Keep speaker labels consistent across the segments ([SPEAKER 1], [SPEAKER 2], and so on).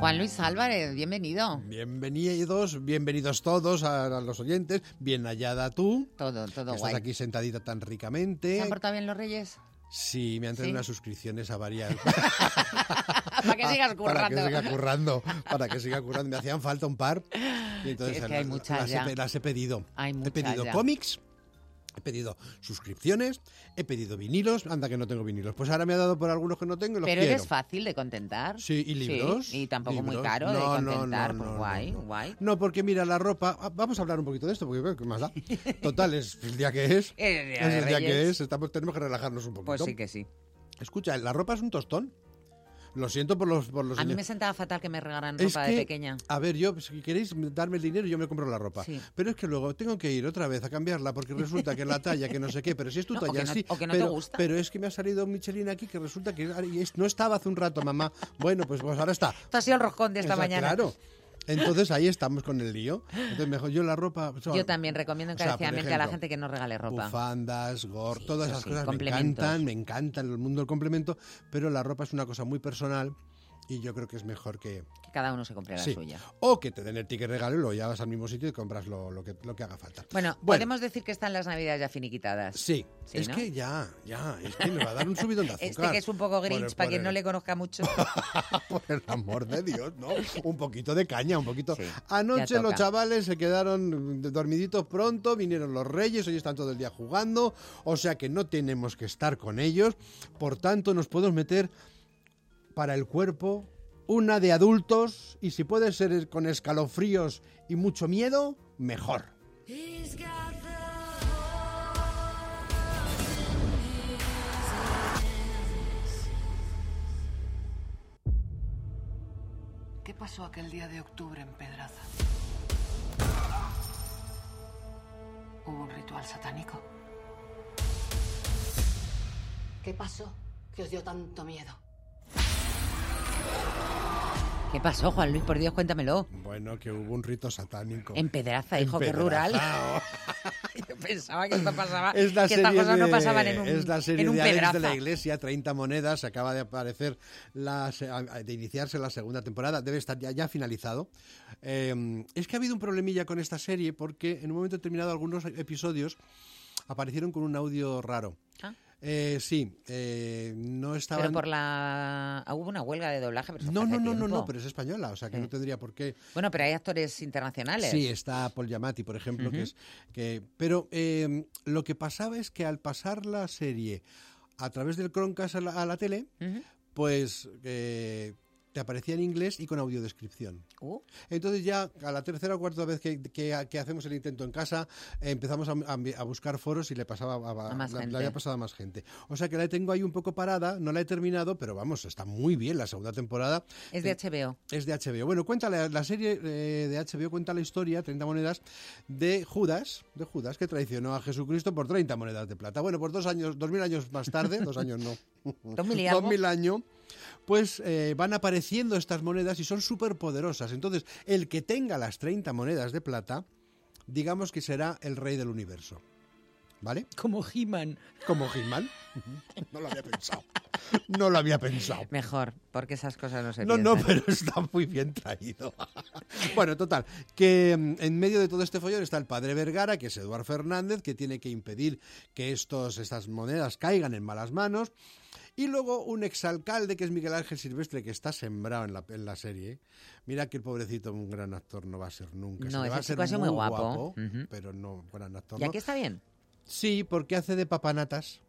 [SPEAKER 1] Juan Luis Álvarez, bienvenido.
[SPEAKER 2] Bienvenidos, bienvenidos todos a, a los oyentes. Bien hallada tú.
[SPEAKER 1] Todo, todo
[SPEAKER 2] que
[SPEAKER 1] guay.
[SPEAKER 2] Estás aquí sentadita tan
[SPEAKER 1] ¿Se
[SPEAKER 2] ricamente.
[SPEAKER 1] han portado bien los reyes?
[SPEAKER 2] Sí, me han traído
[SPEAKER 1] Sí.
[SPEAKER 2] unas suscripciones a varias.
[SPEAKER 1] Ah, Para que sigas
[SPEAKER 2] Ah, Para que
[SPEAKER 1] currando.
[SPEAKER 2] siga currando. Para que siga currando. Me hacían falta un par. Y entonces
[SPEAKER 1] Sí, es que hay
[SPEAKER 2] las-
[SPEAKER 1] muchas
[SPEAKER 2] las,
[SPEAKER 1] ya.
[SPEAKER 2] He, pe- las he pedido.
[SPEAKER 1] Hay
[SPEAKER 2] he
[SPEAKER 1] muchas
[SPEAKER 2] pedido
[SPEAKER 1] ya.
[SPEAKER 2] cómics. He pedido suscripciones, he pedido vinilos, anda que no tengo vinilos. Pues ahora me ha dado por algunos que no tengo y los
[SPEAKER 1] Pero
[SPEAKER 2] quiero.
[SPEAKER 1] eres fácil de contentar.
[SPEAKER 2] Sí, y libros.
[SPEAKER 1] y tampoco muy
[SPEAKER 2] libros.
[SPEAKER 1] caro de
[SPEAKER 2] No, no,
[SPEAKER 1] contentar.
[SPEAKER 2] no,
[SPEAKER 1] pues
[SPEAKER 2] no,
[SPEAKER 1] guay,
[SPEAKER 2] no.
[SPEAKER 1] guay.
[SPEAKER 2] No, porque mira, la ropa. ah, Vamos a hablar un poquito de esto, porque creo que más da. Total, es el día que es.
[SPEAKER 1] Es el día
[SPEAKER 2] es
[SPEAKER 1] de
[SPEAKER 2] el día que
[SPEAKER 1] Reyes.
[SPEAKER 2] es. Estamos, tenemos que relajarnos un poquito.
[SPEAKER 1] Pues sí que sí.
[SPEAKER 2] Escucha, la ropa es un tostón. Lo siento por los, por los
[SPEAKER 1] A mí
[SPEAKER 2] señores.
[SPEAKER 1] me sentaba fatal que me regaran
[SPEAKER 2] Pues Es
[SPEAKER 1] ropa
[SPEAKER 2] que,
[SPEAKER 1] de pequeña.
[SPEAKER 2] A ver, yo, si queréis darme el dinero, yo me compro la ropa.
[SPEAKER 1] Sí.
[SPEAKER 2] Pero es que luego tengo que ir otra vez a cambiarla porque resulta que la talla, que no sé qué, pero si es tu
[SPEAKER 1] No, o
[SPEAKER 2] talla,
[SPEAKER 1] que no-
[SPEAKER 2] sí.
[SPEAKER 1] o que no te
[SPEAKER 2] pero,
[SPEAKER 1] gusta.
[SPEAKER 2] pero es que me ha salido un Michelin aquí que resulta que y es- no estaba hace un rato, mamá. Bueno, pues, pues ahora está.
[SPEAKER 1] Esto ha sido el roscón de esta
[SPEAKER 2] Esa-
[SPEAKER 1] mañana.
[SPEAKER 2] Claro. Entonces ahí estamos con el lío. Entonces mejor yo la ropa. o sea,
[SPEAKER 1] Yo también recomiendo
[SPEAKER 2] o sea, por
[SPEAKER 1] encarecidamente a la
[SPEAKER 2] ejemplo,
[SPEAKER 1] gente que no regale ropa.
[SPEAKER 2] Bufandas, gor,
[SPEAKER 1] Sí,
[SPEAKER 2] todas
[SPEAKER 1] eso
[SPEAKER 2] esas
[SPEAKER 1] sí,
[SPEAKER 2] cosas me
[SPEAKER 1] complementos.
[SPEAKER 2] encantan, me encantan el mundo del complemento, pero la ropa es una cosa muy personal y yo creo que es mejor que.
[SPEAKER 1] Que cada uno se compre la
[SPEAKER 2] sí.
[SPEAKER 1] suya.
[SPEAKER 2] O que te den el ticket regalo y lo llevas al mismo sitio y compras lo, lo que, lo que haga falta.
[SPEAKER 1] Bueno,
[SPEAKER 2] Bueno.
[SPEAKER 1] podemos decir que están las navidades ya finiquitadas.
[SPEAKER 2] Sí,
[SPEAKER 1] Sí,
[SPEAKER 2] es
[SPEAKER 1] ¿no?
[SPEAKER 2] que ya, ya, es que me va a dar un subidón de azúcar.
[SPEAKER 1] Este que es un poco
[SPEAKER 2] Por el-
[SPEAKER 1] grinch, para
[SPEAKER 2] por
[SPEAKER 1] quien no
[SPEAKER 2] el-
[SPEAKER 1] le conozca mucho.
[SPEAKER 2] Ah, Por el amor de Dios, ¿no? Un poquito de caña, un poquito.
[SPEAKER 1] Sí, ya
[SPEAKER 2] Anoche los
[SPEAKER 1] toca.
[SPEAKER 2] chavales se quedaron dormiditos pronto, vinieron los reyes, hoy están todo el día jugando, o sea que no tenemos que estar con ellos, por tanto nos podemos meter para el cuerpo una de adultos y si puede ser con escalofríos y mucho miedo, mejor.
[SPEAKER 3] ¿Qué pasó aquel día de octubre en Pedraza? ¿Hubo un ritual satánico? ¿Qué pasó que os dio tanto miedo?
[SPEAKER 1] ¿Qué pasó, Juan Luis? Por Dios, cuéntamelo.
[SPEAKER 2] Bueno, que hubo un rito satánico.
[SPEAKER 1] En Pedraza,
[SPEAKER 2] En
[SPEAKER 1] hijo, que
[SPEAKER 2] Pedraza,
[SPEAKER 1] rural.
[SPEAKER 2] oh.
[SPEAKER 1] Yo pensaba que esto pasaba.
[SPEAKER 2] Es la
[SPEAKER 1] Ah, que
[SPEAKER 2] serie
[SPEAKER 1] estas cosas no
[SPEAKER 2] de-
[SPEAKER 1] pasaban en un,
[SPEAKER 2] es la serie
[SPEAKER 1] en un
[SPEAKER 2] de Alex
[SPEAKER 1] pedraza.
[SPEAKER 2] de la Iglesia, 30 monedas, acaba de aparecer, la se- de iniciarse la segunda temporada, debe estar ya, ya finalizado. Eh, es que ha habido un problemilla con esta serie porque en un momento determinado algunos episodios aparecieron con un audio raro.
[SPEAKER 1] Ah,
[SPEAKER 2] Eh, sí, eh, no
[SPEAKER 1] pero
[SPEAKER 2] estaban...
[SPEAKER 1] por la. ah, hubo una huelga de doblaje, pero eso
[SPEAKER 2] No,
[SPEAKER 1] fue
[SPEAKER 2] no,
[SPEAKER 1] hace
[SPEAKER 2] no, no, no,
[SPEAKER 1] tiempo. Mm.
[SPEAKER 2] pero es española, o sea que
[SPEAKER 1] Sí.
[SPEAKER 2] no tendría por qué...
[SPEAKER 1] Bueno, pero hay actores internacionales.
[SPEAKER 2] Sí, está Paul Giamatti, por ejemplo, que es que. Pero eh, lo que pasaba es que al pasar la serie a través del Croncast a la, a la tele,
[SPEAKER 1] Ujú.
[SPEAKER 2] pues eh, te aparecía en inglés y con audiodescripción.
[SPEAKER 1] Uh,
[SPEAKER 2] Entonces ya a la tercera o cuarta vez que, que- que hacemos el intento en casa eh, empezamos a, a- a buscar foros y le pasaba a,
[SPEAKER 1] A más
[SPEAKER 2] la- la
[SPEAKER 1] gente.
[SPEAKER 2] había pasado a más gente. O sea que la tengo ahí un poco parada, no la he terminado, pero vamos, está muy bien la segunda temporada.
[SPEAKER 1] es de
[SPEAKER 2] Eh,
[SPEAKER 1] HBO.
[SPEAKER 2] es de HBO. Bueno, cuenta la, la serie eh, de HBO cuenta la historia, 30 monedas, de Judas, de Judas, que traicionó a Jesucristo por 30 monedas de plata. Bueno, pues dos años, dos mil años más tarde, dos años no,
[SPEAKER 1] Dos mil y
[SPEAKER 2] dos
[SPEAKER 1] algo.
[SPEAKER 2] mil años, pues eh, van apareciendo estas monedas y son súper poderosas. Entonces, el que tenga las 30 monedas de plata, digamos que será el rey del universo. ¿Vale?
[SPEAKER 1] Como He-Man.
[SPEAKER 2] Como He-Man. No lo había pensado. No lo había pensado.
[SPEAKER 1] Mejor, porque esas cosas no se
[SPEAKER 2] No, no,
[SPEAKER 1] piensan.
[SPEAKER 2] pero está muy bien traído. bueno, total, que mm, en medio de todo este follón está el padre Vergara, que es Eduard Fernández, que tiene que impedir que estos, estas monedas caigan en malas manos. Y luego un exalcalde, que es Miguel Ángel Silvestre, que está sembrado en la, en la serie. Mira que el pobrecito, un gran actor no va a ser nunca.
[SPEAKER 1] No,
[SPEAKER 2] le
[SPEAKER 1] ese
[SPEAKER 2] va a
[SPEAKER 1] chico
[SPEAKER 2] ser
[SPEAKER 1] ha sido muy guapo. Ujú.
[SPEAKER 2] pero no gran actor.
[SPEAKER 1] Y
[SPEAKER 2] no.
[SPEAKER 1] aquí está bien.
[SPEAKER 2] Sí, porque hace de papanatas.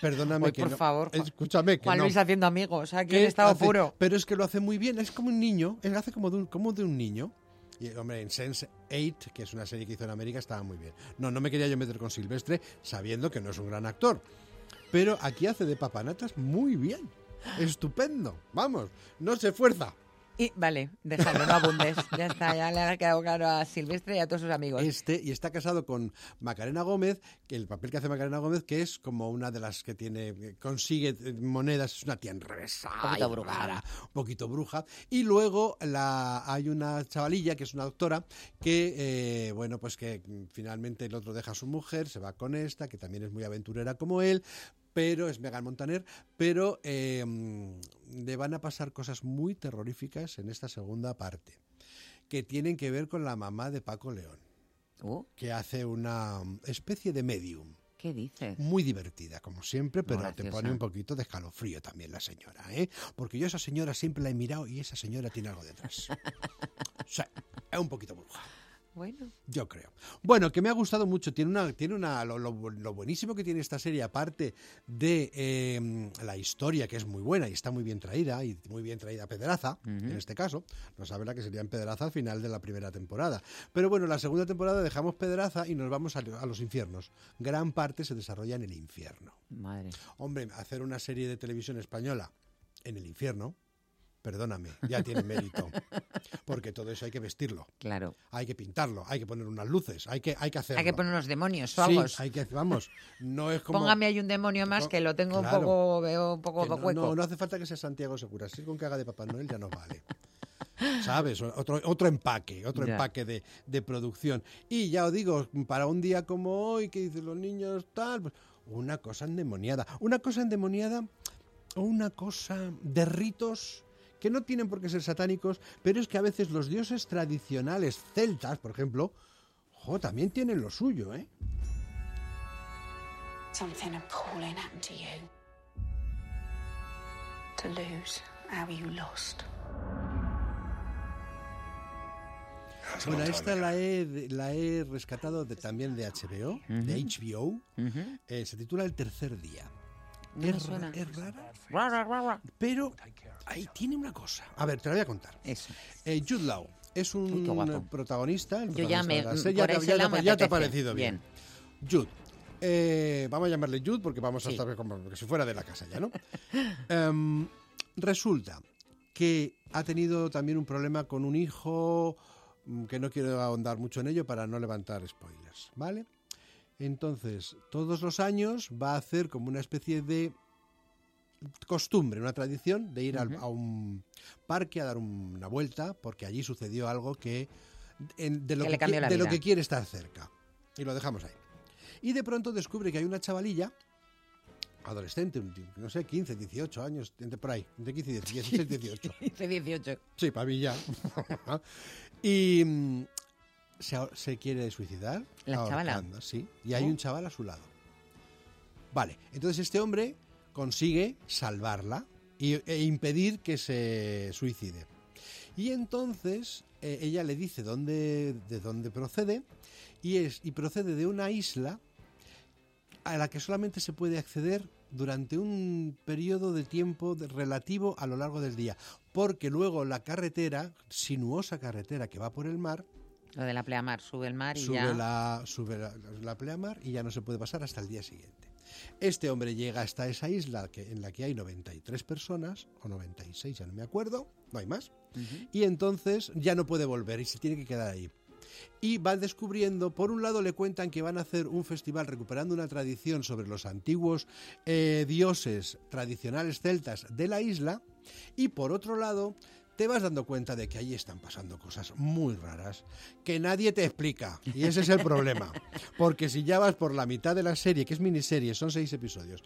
[SPEAKER 2] Perdóname
[SPEAKER 1] Ay,
[SPEAKER 2] que
[SPEAKER 1] por
[SPEAKER 2] no-
[SPEAKER 1] favor, Juan-
[SPEAKER 2] Escúchame que
[SPEAKER 1] Juan
[SPEAKER 2] no.
[SPEAKER 1] Luis haciendo amigos, aquí en
[SPEAKER 2] ¿Qué
[SPEAKER 1] estado
[SPEAKER 2] Eh, hace?
[SPEAKER 1] puro.
[SPEAKER 2] Pero es que lo hace muy bien, es como un niño, es hace como de un, como de un niño. Y hombre, en Sense 8, que es una serie que hizo en América, estaba muy bien. No, no me quería yo meter con Silvestre sabiendo que no es un gran actor. Pero aquí hace de papanatas muy bien. Estupendo. Vamos, no se esfuerza.
[SPEAKER 1] Y, vale, déjalo, no abundes. Ya está, ya le ha quedado claro a Silvestre y a todos sus amigos.
[SPEAKER 2] Este, y está casado con Macarena Gómez, que el papel que hace Macarena Gómez, que es como una de las que tiene, consigue eh, monedas, es una tía enrevesada,
[SPEAKER 1] Un poquito
[SPEAKER 2] y
[SPEAKER 1] bruja.
[SPEAKER 2] rara, un poquito bruja. Y luego la, hay una chavalilla, que es una doctora, que, eh, bueno, pues que mm, finalmente el otro deja a su mujer, se va con esta, que también es muy aventurera como él. pero es Megan Montaner, pero eh, le van a pasar cosas muy terroríficas en esta segunda parte, que tienen que ver con la mamá de Paco León,
[SPEAKER 1] Uh,
[SPEAKER 2] que hace una especie de medium.
[SPEAKER 1] ¿Qué dices?
[SPEAKER 2] Muy divertida, como siempre, pero te
[SPEAKER 1] graciosa.
[SPEAKER 2] pone un poquito de escalofrío también la señora, ¿eh? Porque yo a esa señora siempre la he mirado y esa señora tiene algo detrás. O sea, es un poquito bruja.
[SPEAKER 1] Bueno,
[SPEAKER 2] Yo creo. Bueno, que me ha gustado mucho. Tiene una, tiene una, lo, lo- lo buenísimo que tiene esta serie, aparte de eh, la historia, que es muy buena y está muy bien traída, y muy bien traída a Pedraza, en este caso. No sabe la que sería en Pedraza al final de la primera temporada. Pero bueno, la segunda temporada dejamos Pedraza y nos vamos a, a los infiernos. Gran parte se desarrolla en el infierno.
[SPEAKER 1] madre.
[SPEAKER 2] Hombre, hacer una serie de televisión española en el infierno, perdóname, ya tiene mérito. Porque todo eso hay que vestirlo
[SPEAKER 1] Claro.
[SPEAKER 2] hay que pintarlo, hay que poner unas luces, hay que, hay que hacerlo.
[SPEAKER 1] Hay que poner unos demonios o
[SPEAKER 2] Sí,
[SPEAKER 1] algo.
[SPEAKER 2] hay que, vamos, no es como...
[SPEAKER 1] Póngame ahí un demonio más
[SPEAKER 2] Co-
[SPEAKER 1] que lo tengo
[SPEAKER 2] claro.
[SPEAKER 1] un poco, veo un poco
[SPEAKER 2] que no,
[SPEAKER 1] hueco.
[SPEAKER 2] no, no hace falta que sea Santiago Segura, si con que haga de Papá Noel ya nos vale. ¿Sabes? Otro, otro empaque, otro
[SPEAKER 1] Ya.
[SPEAKER 2] empaque de, de producción. Y ya os digo, para un día como hoy, que dicen los niños tal, pues, una cosa endemoniada. Una cosa endemoniada o una cosa de ritos que no tienen por qué ser satánicos, pero es que a veces los dioses tradicionales celtas, por ejemplo, jo, también tienen lo suyo, ¿eh?
[SPEAKER 4] Something appalling happened to you. To lose how you lost.
[SPEAKER 2] Bueno, esta la he, la he rescatado de- también de HBO, de HBO. Eh, se titula El tercer día.
[SPEAKER 1] No me
[SPEAKER 2] es,
[SPEAKER 1] suena.
[SPEAKER 2] es rara,
[SPEAKER 1] Ra, ra, ra, ra.
[SPEAKER 2] pero ahí tiene una cosa. A ver, te la voy a contar.
[SPEAKER 1] Eso.
[SPEAKER 2] Eh, Jude Law es
[SPEAKER 1] Uy,
[SPEAKER 2] un
[SPEAKER 1] qué guapo.
[SPEAKER 2] eh, protagonista. el
[SPEAKER 1] Yo ya
[SPEAKER 2] protagonista
[SPEAKER 1] me.
[SPEAKER 2] de la
[SPEAKER 1] por
[SPEAKER 2] serie. Ya te-
[SPEAKER 1] ese
[SPEAKER 2] ya te-
[SPEAKER 1] lado me
[SPEAKER 2] ya te ha
[SPEAKER 1] apetece.
[SPEAKER 2] parecido bien. Jude. Eh, vamos a llamarle Jude porque vamos a
[SPEAKER 1] Sí.
[SPEAKER 2] estar como como si fuera de la casa ya, ¿no? Em, resulta que ha tenido también un problema con un hijo mm, que no quiero ahondar mucho en ello para no levantar spoilers, ¿vale? Entonces, todos los años va a hacer como una especie de costumbre, una tradición de ir al- a un parque a dar un- una vuelta porque allí sucedió algo que en- de, lo
[SPEAKER 1] Que
[SPEAKER 2] que,
[SPEAKER 1] le cambió
[SPEAKER 2] qui-
[SPEAKER 1] la
[SPEAKER 2] de lo
[SPEAKER 1] vida.
[SPEAKER 2] que quiere estar cerca. Y lo dejamos ahí. Y de pronto descubre que hay una chavalilla, adolescente, un- no sé, 15, 18 años, entre por ahí, entre 15 y 16, 18.
[SPEAKER 1] Dice 18.
[SPEAKER 2] Sí, para mí ya. y mm, se, ahor- se quiere suicidar.
[SPEAKER 1] ¿La chavala?
[SPEAKER 2] ahorcando, Sí, y hay
[SPEAKER 1] ¿Oh?
[SPEAKER 2] un chaval a su lado. Vale, entonces este hombre consigue salvarla y- e impedir que se suicide. Y entonces eh, ella le dice dónde, de dónde procede y, es, y procede de una isla a la que solamente se puede acceder durante un periodo de tiempo de- relativo a lo largo del día, porque luego la carretera, sinuosa carretera que va por el mar,
[SPEAKER 1] Lo de la pleamar, sube el mar y
[SPEAKER 2] sube,
[SPEAKER 1] ya.
[SPEAKER 2] la, sube la, la pleamar y ya no se puede pasar hasta el día siguiente. Este hombre llega hasta esa isla que, en la que hay 93 personas, o 96, ya no me acuerdo, no hay más, y entonces ya no puede volver y se tiene que quedar ahí. Y van descubriendo, por un lado le cuentan que van a hacer un festival recuperando una tradición sobre los antiguos eh, dioses tradicionales celtas de la isla, y por otro lado te vas dando cuenta de que ahí están pasando cosas muy raras que nadie te explica. Y ese es el problema. Porque si ya vas por la mitad de la serie, que es miniserie, son seis episodios,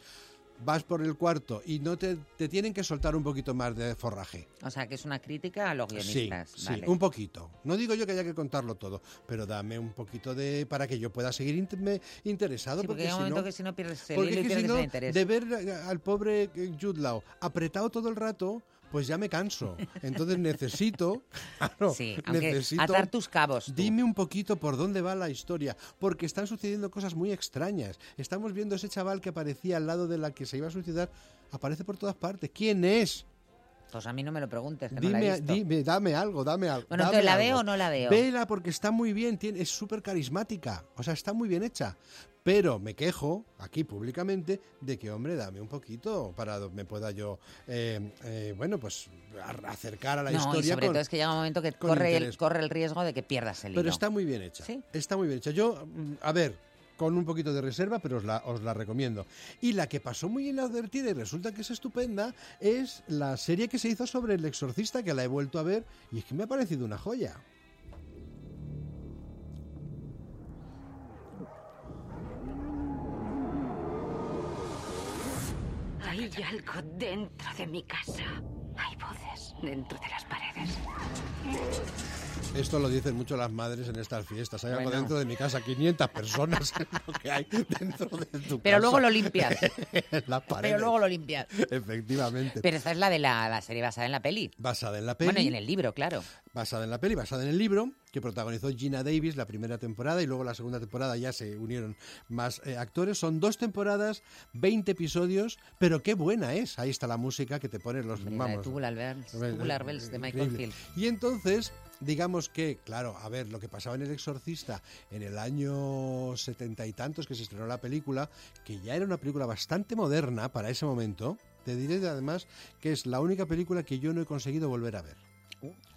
[SPEAKER 2] vas por el cuarto y no te, te tienen que soltar un poquito más de forraje.
[SPEAKER 1] O sea, que es una crítica a los
[SPEAKER 2] Sí,
[SPEAKER 1] guionistas.
[SPEAKER 2] sí,
[SPEAKER 1] vale.
[SPEAKER 2] un poquito. No digo yo que haya que contarlo todo, pero dame un poquito de para que yo pueda seguir int- me- interesado.
[SPEAKER 1] Sí, porque
[SPEAKER 2] porque
[SPEAKER 1] llega un
[SPEAKER 2] si
[SPEAKER 1] momento
[SPEAKER 2] no,
[SPEAKER 1] que si no pierdes el
[SPEAKER 2] porque
[SPEAKER 1] hilo
[SPEAKER 2] es
[SPEAKER 1] y
[SPEAKER 2] que si
[SPEAKER 1] pierdes
[SPEAKER 2] no,
[SPEAKER 1] el interés.
[SPEAKER 2] de ver a- al pobre eh, Jude Law apretado todo el rato, pues ya me canso. Entonces necesito, claro,
[SPEAKER 1] sí, aunque
[SPEAKER 2] necesito
[SPEAKER 1] atar tus cabos. tú.
[SPEAKER 2] Dime un poquito por dónde va la historia, porque están sucediendo cosas muy extrañas. Estamos viendo ese chaval que aparecía al lado de la que se iba a suicidar, aparece por todas partes. ¿Quién es?
[SPEAKER 1] Pues a mí no me lo preguntes, que no la he
[SPEAKER 2] Dime,
[SPEAKER 1] visto.
[SPEAKER 2] dime, dame algo, dame algo.
[SPEAKER 1] Bueno,
[SPEAKER 2] dame
[SPEAKER 1] entonces, ¿la
[SPEAKER 2] algo.
[SPEAKER 1] veo o no la veo?
[SPEAKER 2] Vela porque está muy bien, tiene, es súper carismática, o sea, está muy bien hecha. Pero me quejo aquí públicamente de que, hombre, dame un poquito para do- me pueda yo, eh, eh, bueno, pues a- acercar a la
[SPEAKER 1] no,
[SPEAKER 2] historia.
[SPEAKER 1] y sobre
[SPEAKER 2] con-
[SPEAKER 1] todo es que llega un momento que
[SPEAKER 2] con
[SPEAKER 1] corre el,
[SPEAKER 2] interés.
[SPEAKER 1] corre el riesgo de que pierdas el hilo.
[SPEAKER 2] Pero está muy bien hecha.
[SPEAKER 1] Sí.
[SPEAKER 2] Está muy bien hecha. Yo, mm, a ver, con un poquito de reserva, pero os la, os la recomiendo. Y la que pasó muy inadvertida y resulta que es estupenda es la serie que se hizo sobre El Exorcista, que la he vuelto a ver y es que me ha parecido una joya.
[SPEAKER 5] Hay algo dentro de mi casa. Hay voces dentro de las paredes.
[SPEAKER 2] Esto lo dicen mucho las madres en estas fiestas. Hay algo
[SPEAKER 6] Bueno.
[SPEAKER 2] dentro de mi casa, 500 personas es lo que hay dentro de tu
[SPEAKER 6] Pero
[SPEAKER 2] casa.
[SPEAKER 6] luego lo limpias.
[SPEAKER 2] En las paredes.
[SPEAKER 6] Pero luego lo limpias.
[SPEAKER 2] Efectivamente.
[SPEAKER 1] Pero esa es la de la, la serie basada en la peli.
[SPEAKER 2] Basada en la peli.
[SPEAKER 1] Bueno, y en el libro, claro.
[SPEAKER 2] basada en la peli, basada en el libro, que protagonizó Gina Davis la primera temporada y luego la segunda temporada ya se unieron más eh, actores. Son dos temporadas, 20 episodios, pero qué buena es. Ahí está la música que te ponen los
[SPEAKER 1] Hombre, la de
[SPEAKER 2] vamos.
[SPEAKER 1] Tubular Bells-
[SPEAKER 2] Hombre,
[SPEAKER 1] Tubular
[SPEAKER 2] eh,
[SPEAKER 1] Bells de Michael
[SPEAKER 2] increíble. Y entonces, digamos que, claro, a ver, lo que pasaba en El Exorcista en el año setenta y tantos que se estrenó la película, que ya era una película bastante moderna para ese momento, te diré además que es la única película que yo no he conseguido volver a ver.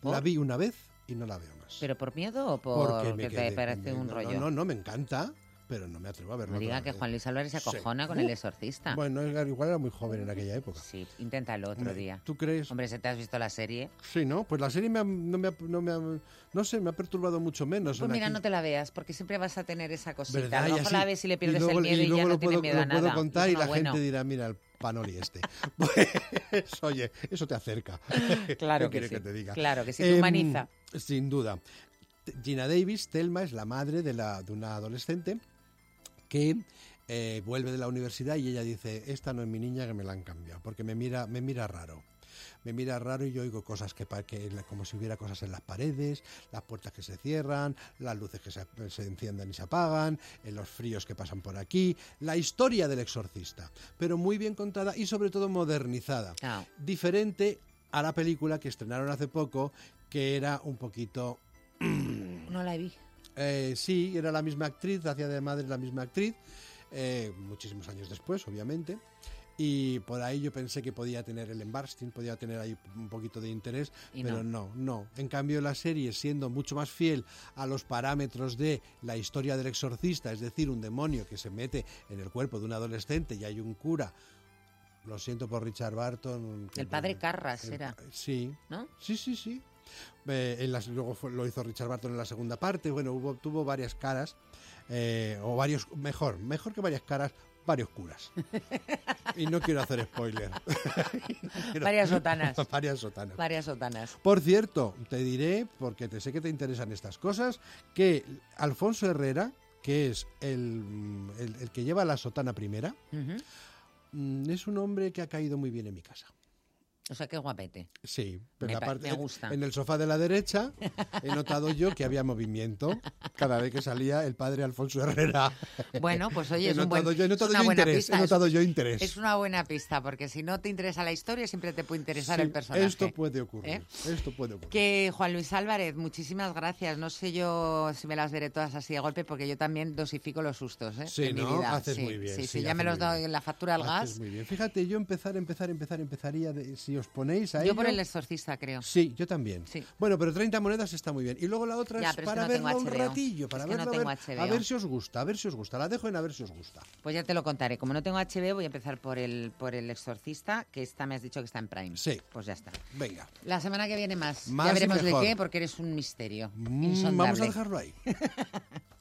[SPEAKER 2] La vi una vez y no la veo más.
[SPEAKER 1] Uh, ¿Pero por miedo o por
[SPEAKER 2] Porque
[SPEAKER 1] que
[SPEAKER 2] quedé-
[SPEAKER 1] te parece
[SPEAKER 2] me-
[SPEAKER 1] un
[SPEAKER 2] no,
[SPEAKER 1] rollo?
[SPEAKER 2] No, no, no, me encanta, pero no me atrevo a verlo.
[SPEAKER 1] No diga
[SPEAKER 2] otra
[SPEAKER 1] que
[SPEAKER 2] vez.
[SPEAKER 1] Juan Luis Álvarez se
[SPEAKER 2] Sí.
[SPEAKER 1] acojona con el exorcista.
[SPEAKER 2] Bueno, Edgar igual era muy joven en aquella época.
[SPEAKER 1] Sí, inténtalo otro
[SPEAKER 2] Hombre,
[SPEAKER 1] día.
[SPEAKER 2] ¿Tú crees?
[SPEAKER 1] Hombre, si te has visto la serie.
[SPEAKER 2] Sí, ¿no? Pues la serie me ha- no, me ha, no me ha- no sé, me ha perturbado mucho menos.
[SPEAKER 1] Pues
[SPEAKER 2] en
[SPEAKER 1] mira,
[SPEAKER 2] aquí-
[SPEAKER 1] no te la veas, porque siempre vas a tener esa cosita.
[SPEAKER 2] ¿Verdad?
[SPEAKER 1] A lo
[SPEAKER 2] Y
[SPEAKER 1] mejor
[SPEAKER 2] así-
[SPEAKER 1] la ves y le pierdes
[SPEAKER 2] luego-
[SPEAKER 1] el miedo y,
[SPEAKER 2] luego
[SPEAKER 1] ya
[SPEAKER 2] lo
[SPEAKER 1] no tiene
[SPEAKER 2] puedo-
[SPEAKER 1] miedo a
[SPEAKER 2] Lo
[SPEAKER 1] nada.
[SPEAKER 2] puedo contar y,
[SPEAKER 1] eso no
[SPEAKER 2] la
[SPEAKER 1] es bueno.
[SPEAKER 2] gente dirá, mira, el panoli este. Pues, oye, eso te acerca.
[SPEAKER 1] Claro
[SPEAKER 2] ¿Qué
[SPEAKER 1] que
[SPEAKER 2] quieres
[SPEAKER 1] sí.
[SPEAKER 2] te diga?
[SPEAKER 1] Claro que sí, te
[SPEAKER 2] Em,
[SPEAKER 1] humaniza.
[SPEAKER 2] Sin duda. T- Gina Davis, Telma, es la madre de, la, de una adolescente que eh, vuelve de la universidad y ella dice, esta no es mi niña que me la han cambiado, porque me mira, me mira raro. Me mira raro y yo oigo cosas que, pa- que la- como si hubiera cosas en las paredes, las puertas que se cierran, las luces que se, se encienden y se apagan, eh, los fríos que pasan por aquí, la historia del exorcista, pero muy bien contada y sobre todo modernizada
[SPEAKER 1] Ah.
[SPEAKER 2] diferente a la película que estrenaron hace poco, que era un poquito... em,
[SPEAKER 1] No la vi.
[SPEAKER 2] eh, sí, era la misma actriz, hacía de madre la misma actriz, eh, muchísimos años después, obviamente. Y por ahí yo pensé que podía tener el Barstin, podía tener ahí un poquito de interés,
[SPEAKER 1] Y
[SPEAKER 2] pero no. no, En cambio, la serie, siendo mucho más fiel a los parámetros de la historia del exorcista, es decir, un demonio que se mete en el cuerpo de un adolescente y hay un cura. Lo siento por Richard Barton. que-
[SPEAKER 1] El padre
[SPEAKER 2] em,
[SPEAKER 1] Carras era,
[SPEAKER 2] Sí,
[SPEAKER 1] ¿no?
[SPEAKER 2] Sí, sí, sí. Eh, en las- luego fue- lo hizo Richard Barton en la segunda parte. Bueno, hubo, tuvo varias caras, eh, o varios, mejor, mejor que varias caras, varios curas. y no quiero hacer spoiler. Pero-
[SPEAKER 1] Varias sotanas.
[SPEAKER 2] varias sotanas.
[SPEAKER 1] Varias sotanas.
[SPEAKER 2] Por cierto, te diré, porque te sé que te interesan estas cosas, que Alfonso Herrera, que es el, mm, el- el que lleva la sotana primera,
[SPEAKER 1] Ujú.
[SPEAKER 2] mm, es un hombre que ha caído muy bien en mi casa.
[SPEAKER 1] O sea, qué guapete.
[SPEAKER 2] Sí, pero
[SPEAKER 1] Me pa-
[SPEAKER 2] aparte,
[SPEAKER 1] me
[SPEAKER 2] en-
[SPEAKER 1] gusta.
[SPEAKER 2] en el sofá de la derecha he notado yo que había movimiento cada vez que salía el padre Alfonso Herrera.
[SPEAKER 1] Bueno, pues oye,
[SPEAKER 2] He
[SPEAKER 1] es un buen,
[SPEAKER 2] notado yo- he
[SPEAKER 1] es
[SPEAKER 2] notado
[SPEAKER 1] una
[SPEAKER 2] yo
[SPEAKER 1] buena
[SPEAKER 2] interés,
[SPEAKER 1] pista.
[SPEAKER 2] he
[SPEAKER 1] es-
[SPEAKER 2] notado yo interés.
[SPEAKER 1] Es una buena pista, porque si no te interesa la historia, siempre te puede interesar
[SPEAKER 2] Sí,
[SPEAKER 1] el personaje.
[SPEAKER 2] Esto puede ocurrir.
[SPEAKER 1] ¿Eh?
[SPEAKER 2] Esto puede ocurrir.
[SPEAKER 1] Que Juan Luis Álvarez, muchísimas gracias. No sé yo si me las veré todas así de golpe, porque yo también dosifico los sustos. ¿eh?
[SPEAKER 2] Sí,
[SPEAKER 1] en mi
[SPEAKER 2] ¿no?
[SPEAKER 1] vida.
[SPEAKER 2] Haces
[SPEAKER 1] Sí,
[SPEAKER 2] muy bien,
[SPEAKER 1] Sí, sí,
[SPEAKER 2] sí,
[SPEAKER 1] ya me
[SPEAKER 2] haces
[SPEAKER 1] los
[SPEAKER 2] muy
[SPEAKER 1] doy
[SPEAKER 2] bien.
[SPEAKER 1] en la factura al
[SPEAKER 2] Haces
[SPEAKER 1] gas.
[SPEAKER 2] muy bien. Fíjate, yo empezar, empezar, empezar, empezaría de- si os ponéis ahí.
[SPEAKER 1] Yo por el exorcista, creo.
[SPEAKER 2] Sí, yo también.
[SPEAKER 1] Sí.
[SPEAKER 2] Bueno, pero 30 monedas está muy bien. Y luego la otra
[SPEAKER 1] Ya,
[SPEAKER 2] es
[SPEAKER 1] pero es que
[SPEAKER 2] para
[SPEAKER 1] no tengo
[SPEAKER 2] verla un
[SPEAKER 1] HBO.
[SPEAKER 2] ratillo,
[SPEAKER 1] Es
[SPEAKER 2] para
[SPEAKER 1] que no
[SPEAKER 2] verla a,
[SPEAKER 1] tengo
[SPEAKER 2] ver, a
[SPEAKER 1] HBO.
[SPEAKER 2] ver si os gusta, a ver si os gusta. La dejo en a ver si os gusta.
[SPEAKER 1] Pues ya te lo contaré. Como no tengo HBO, voy a empezar por el, por el exorcista, que esta me has dicho que está en Prime.
[SPEAKER 2] Sí.
[SPEAKER 1] Pues ya está.
[SPEAKER 2] Venga.
[SPEAKER 1] La semana que viene más.
[SPEAKER 2] Más y
[SPEAKER 1] ya veremos de
[SPEAKER 2] mejor.
[SPEAKER 1] qué, porque eres un misterio.
[SPEAKER 2] Mm,
[SPEAKER 1] insondable.
[SPEAKER 2] Vamos a dejarlo ahí.